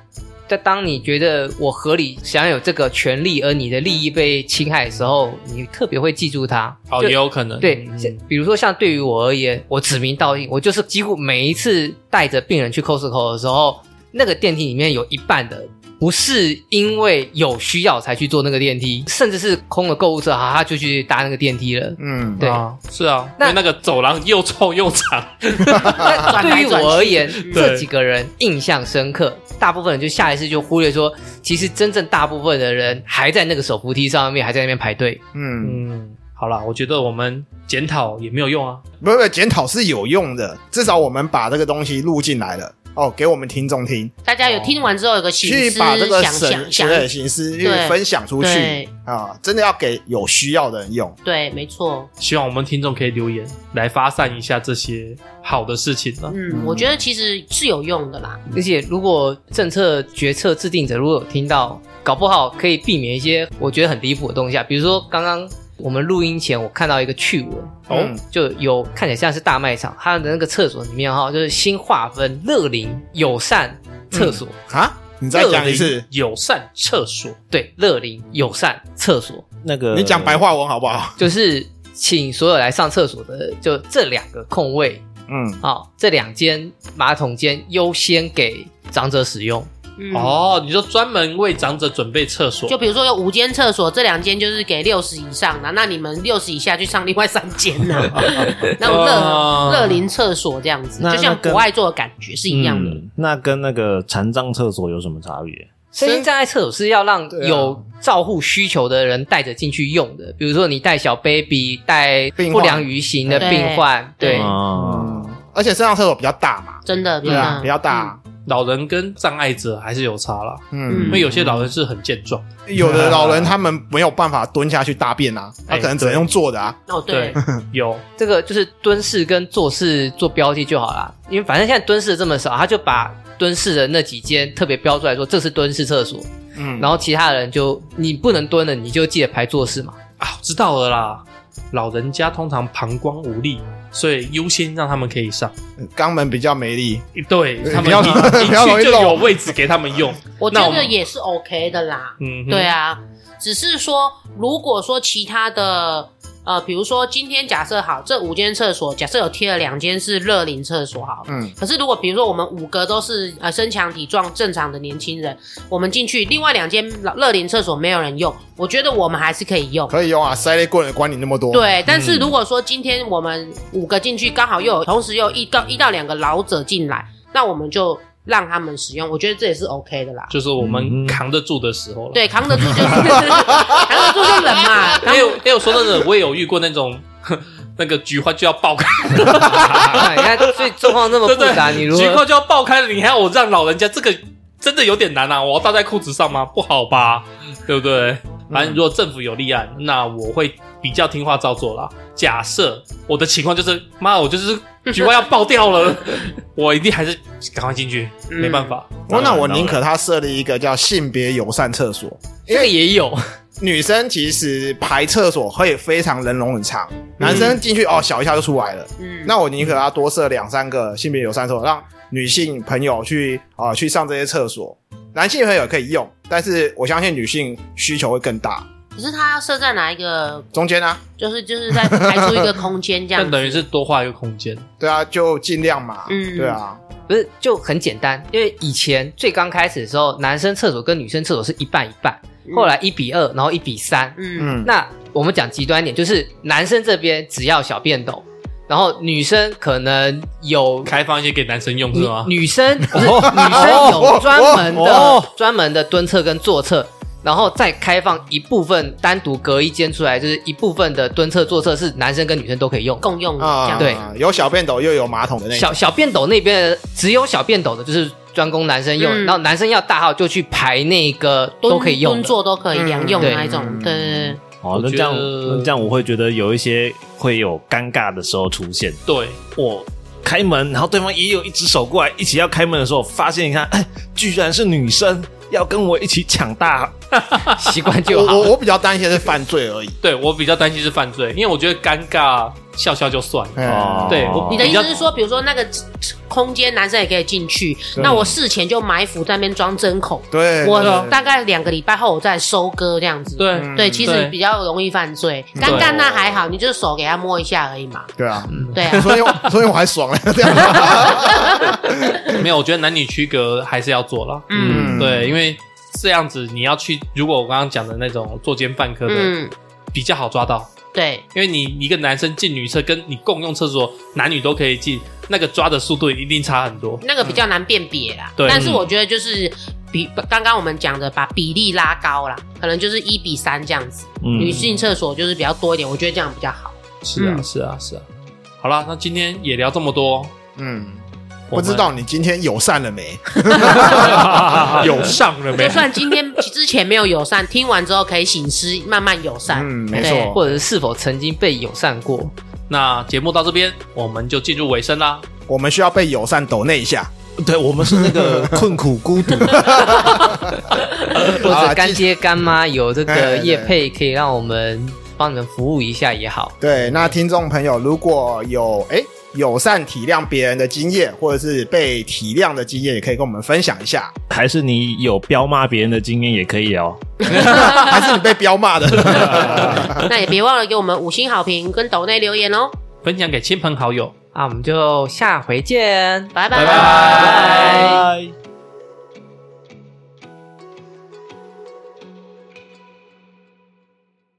Speaker 1: 在当你觉得我合理享有这个权利，而你的利益被侵害的时候，你特别会记住它。
Speaker 5: 哦，
Speaker 1: 就
Speaker 5: 也有可能，
Speaker 1: 对
Speaker 5: 嗯，
Speaker 1: 像比如说像对于我而言，我指名道姓，我就是几乎每一次带着病人去 Costco 的时候，那个电梯里面有一半的不是因为有需要才去坐那个电梯，甚至是空了购物车，哈、他就去搭那个电 梯了。
Speaker 3: 嗯，
Speaker 1: 对，
Speaker 5: 啊是啊，因
Speaker 1: 那
Speaker 5: 为那个走廊又臭又长，
Speaker 1: 那对于我而言，
Speaker 5: 对
Speaker 1: 这几个人印象深 刻，大部分人就下意识就忽略说，其实真正大部分的人还在那个手扶梯上面，还在那边排队。
Speaker 3: 嗯，
Speaker 5: 嗯，好啦，我觉得我们检讨也没有用啊。
Speaker 3: 不是不是，检讨是有用的，至少我们把这个东西录进来了。哦，给我们听众听，
Speaker 4: 大家有听完之后有个心
Speaker 3: 去
Speaker 4: 思，
Speaker 3: 把这个
Speaker 4: 想
Speaker 3: 省
Speaker 4: 想
Speaker 3: 学
Speaker 4: 想，
Speaker 3: 的形式去
Speaker 4: 对
Speaker 3: 分享出去
Speaker 4: 对
Speaker 3: 啊！真的要给有需要的人用。
Speaker 4: 对，没错。
Speaker 5: 希望我们听众可以留言来发散一下这些好的事情啊呢。
Speaker 4: 嗯，我觉得其实是有用的啦。
Speaker 1: 而且，如果政策决策制定者如果有听到，搞不好可以避免一些我觉得很离谱的东西啊，比如说刚刚我们录音前我看到一个趣闻。
Speaker 5: 哦
Speaker 3: 嗯
Speaker 1: 就有看起来像是大卖场，它的那个厕所里面哈，就是新划分乐龄友善厕所，
Speaker 3: 啊，你再讲一次，
Speaker 5: 友善厕所，
Speaker 1: 对，乐龄友善厕所，
Speaker 2: 那个
Speaker 3: 你讲白话文好不好？
Speaker 1: 就是请所有来上厕所的，就这两个空位
Speaker 3: 嗯，
Speaker 1: 啊、这两间马桶间优先给长者使用。
Speaker 4: 嗯，
Speaker 5: 哦，你说专门为长者准备厕所，
Speaker 4: 就比如说有五间厕所，这两间就是给六十以上的，那你们六十以下去上另外三间 呢、那种
Speaker 5: 哦
Speaker 4: 乐乐龄厕所这样子，
Speaker 2: 那
Speaker 4: 就像
Speaker 2: 那跟
Speaker 4: 国外做的感觉是一样的。
Speaker 2: 嗯那跟那个残障厕所有什么差别？
Speaker 1: 身心障碍厕所是要让
Speaker 3: 对啊
Speaker 1: 有照护需求的人带着进去用的，比如说你带小 baby、带
Speaker 3: 病患
Speaker 1: 不良于行的
Speaker 4: 对
Speaker 1: 病患，对
Speaker 4: 对
Speaker 2: 啊，
Speaker 3: 嗯而且身上厕所比较大嘛，
Speaker 4: 真的
Speaker 3: 对啊，比较大，
Speaker 5: 老人跟障碍者还是有差啦，
Speaker 3: 嗯
Speaker 5: 因为有些老人是很健壮，
Speaker 3: 有的老人他们没有办法蹲下去大便啊，他
Speaker 5: 哎
Speaker 3: 可能只能用坐的啊。
Speaker 4: 嗯哦，对，
Speaker 5: 有
Speaker 1: 这个就是蹲式跟坐式做标记就好啦，因为反正现在蹲式的这么少，他就把蹲式的那几间特别标出来说这是蹲式厕所，
Speaker 3: 嗯，
Speaker 1: 然后其他人就你不能蹲了，你就记得排坐式嘛。
Speaker 5: 啊，知道了啦。老人家通常膀胱无力，所以优先让他们可以上。
Speaker 3: 肛门比较没力，
Speaker 5: 对他
Speaker 3: 比
Speaker 5: 们
Speaker 3: 较
Speaker 5: 一
Speaker 3: 比较容
Speaker 5: 一
Speaker 3: 易
Speaker 5: 去就
Speaker 3: 漏
Speaker 5: 有位置给他们 用。
Speaker 4: 我
Speaker 5: 那
Speaker 4: 觉
Speaker 5: 我
Speaker 4: 得
Speaker 5: 们
Speaker 4: 也是 OK 的啦。
Speaker 5: 嗯哼，
Speaker 4: 对啊，只是说如果说其他的。呃，比如说今天假设好，这五间厕所假设有贴了两间是乐龄厕所好了，
Speaker 3: 嗯，
Speaker 4: 可是如果比如说我们五个都是呃身强体壮正常的年轻人，我们进去另外两间老乐龄厕所没有人用，我觉得我们还是可以用。
Speaker 3: 可以用啊，塞类过人管你那么多，，
Speaker 4: 对，但是如果说今天我们五个进去，刚好又有同时又有一到一到两个老者进来，那我们就让他们使用，我觉得这也是 OK 的啦。
Speaker 5: 就是我
Speaker 2: 嗯
Speaker 5: 们扛得住的时候了。
Speaker 4: 对，扛得住就是扛得住就忍嘛，扛
Speaker 5: 也有也有说真的，我也有遇过那种 那个菊花就要爆开，
Speaker 1: 啊你看，所以状况那么
Speaker 5: 对
Speaker 1: 复
Speaker 5: 不
Speaker 1: 杂，
Speaker 5: 对？
Speaker 1: 你如
Speaker 5: 菊花
Speaker 1: 何？
Speaker 5: 就要爆开了，你还要我让老人家这个真的有点难啊！我要倒在裤子上吗？不好吧，对不对？反正如果政府有立案，那我会比较听话照做啦。假设我的情况就是，妈，我就是菊花要爆掉了，我一定还是赶快进去，没办法。
Speaker 3: 我哦那我宁可他设立一个叫性别友善厕所，
Speaker 1: 这个也有，
Speaker 3: 女生其实排厕所会非常人龙很长，男生进去哦小一下就出来了。
Speaker 4: 嗯，
Speaker 3: 那我宁可他多设两三个性别友善厕所，让女性朋友去啊、去上这些厕所，男性朋友也可以用，但是我相信女性需求会更大。
Speaker 4: 可是他要设在哪一个？
Speaker 3: 中间呢、啊，
Speaker 4: 就是就是在排出一个空间这样子，
Speaker 5: 但等于是多画一个空间，
Speaker 3: 对啊，就尽量嘛，
Speaker 4: 嗯
Speaker 3: 对啊，
Speaker 1: 不是就很简单，因为以前最刚开始的时候，男生厕所跟女生厕所是一半一半，后来一比二，然后一比三。
Speaker 4: 嗯
Speaker 3: 嗯，
Speaker 1: 那我们讲极端一点，就是男生这边只要小便斗，然后女生可能有
Speaker 5: 开放一些给男生用是
Speaker 1: 女
Speaker 5: 吗？
Speaker 1: 女生不是女生有专门的专门的蹲厕跟坐厕，然后再开放一部分单独隔一间出来，就是一部分的蹲厕坐厕是男生跟女生都可以用。
Speaker 4: 共用的这
Speaker 3: 啊、
Speaker 4: 样，
Speaker 1: 对
Speaker 3: 有小便斗又有马桶的那种，
Speaker 1: 小小便斗那边的只有小便斗的，就是专供男生用，
Speaker 4: 嗯
Speaker 1: 然后男生要大号就去排那个
Speaker 4: 蹲
Speaker 1: 都可以用
Speaker 4: 蹲
Speaker 1: 的。
Speaker 4: 坐都可以两用
Speaker 1: 嗯对
Speaker 4: 那一种，对对对。
Speaker 2: 哦，
Speaker 5: 我
Speaker 2: 那
Speaker 5: 觉
Speaker 2: 这样
Speaker 5: 得
Speaker 2: 那这样我会觉得有一些会有尴尬的时候出现。
Speaker 5: 对，
Speaker 2: 我开门，然后对方也有一只手过来，一起要开门的时候，发现一看，哎，居然是女生要跟我一起抢大，
Speaker 1: 习惯
Speaker 3: 我
Speaker 1: 就好。
Speaker 3: 我我比较担心的是犯罪而已。
Speaker 5: 对我比较担心是犯罪，因为我觉得尴尬笑笑就算了。
Speaker 2: 嗯
Speaker 3: 哦，
Speaker 5: 对我
Speaker 4: 你的意思是说，比如说那个空间男生也可以进去，那我事前就埋伏在那边装针孔，
Speaker 3: 对，
Speaker 4: 我
Speaker 3: 对
Speaker 4: 大概两个礼拜后我再收割这样子。
Speaker 5: 对，
Speaker 3: 嗯
Speaker 4: 对，其实
Speaker 5: 对
Speaker 4: 比较容易犯罪，
Speaker 3: 嗯
Speaker 4: 尴尬
Speaker 5: 对
Speaker 4: 那还好，你就是手给他摸一下而已嘛。
Speaker 3: 对啊，
Speaker 4: 对啊，
Speaker 3: 所以我所以我还爽了这样。
Speaker 5: 没有，我觉得男女区隔还是要做了。
Speaker 4: 嗯
Speaker 3: 嗯
Speaker 5: 对，因为这样子你要去，如果我刚刚讲的那种作奸犯科的，
Speaker 4: 嗯，
Speaker 5: 比较好抓到，
Speaker 4: 对，
Speaker 5: 因为你一个男生进女厕，跟你共用厕所，男女都可以进，那个抓的速度一定差很多。
Speaker 4: 那个比较难辨别啦。
Speaker 5: 对
Speaker 4: 但是我觉得就是比刚刚我们讲的，把比例拉高啦，可能就是一比三这样子，
Speaker 2: 嗯
Speaker 4: 女性厕所就是比较多一点，我觉得这样比较好。
Speaker 5: 是啊，
Speaker 4: 嗯
Speaker 5: 是啊，是啊。好啦，那今天也聊这么多，
Speaker 3: 嗯，不
Speaker 5: 我们
Speaker 3: 知道你今天友善了没？
Speaker 4: 啊
Speaker 5: 有上了 没
Speaker 4: 就？算今天之前没有友善，听完之后可以醒思，慢慢友善。
Speaker 3: 嗯，没
Speaker 4: 对
Speaker 3: 错，
Speaker 1: 或者是是否曾经被友善过？
Speaker 5: 那节目到这边，我们就进入尾声啦。
Speaker 3: 我们需要被友善抖那一下。
Speaker 2: 对我们是那个困苦孤独，
Speaker 1: 或
Speaker 3: 啊
Speaker 1: 者干爹干妈有这
Speaker 3: 哎哎
Speaker 1: 个业配可以让我们帮你们服务一下也好。
Speaker 3: 对，那听众朋友如果有哎友善体谅别人的经验，或者是被体谅的经验，也可以跟我们分享一下。
Speaker 2: 还是你有彪骂别人的经验也可以哦。
Speaker 3: 还是你被彪骂的？
Speaker 4: 那也别忘了给我们五星好评跟抖内留言哦，
Speaker 5: 分享给亲朋好友，
Speaker 1: 啊，我们就下回见，
Speaker 4: 拜
Speaker 5: 拜
Speaker 4: 拜
Speaker 5: 拜。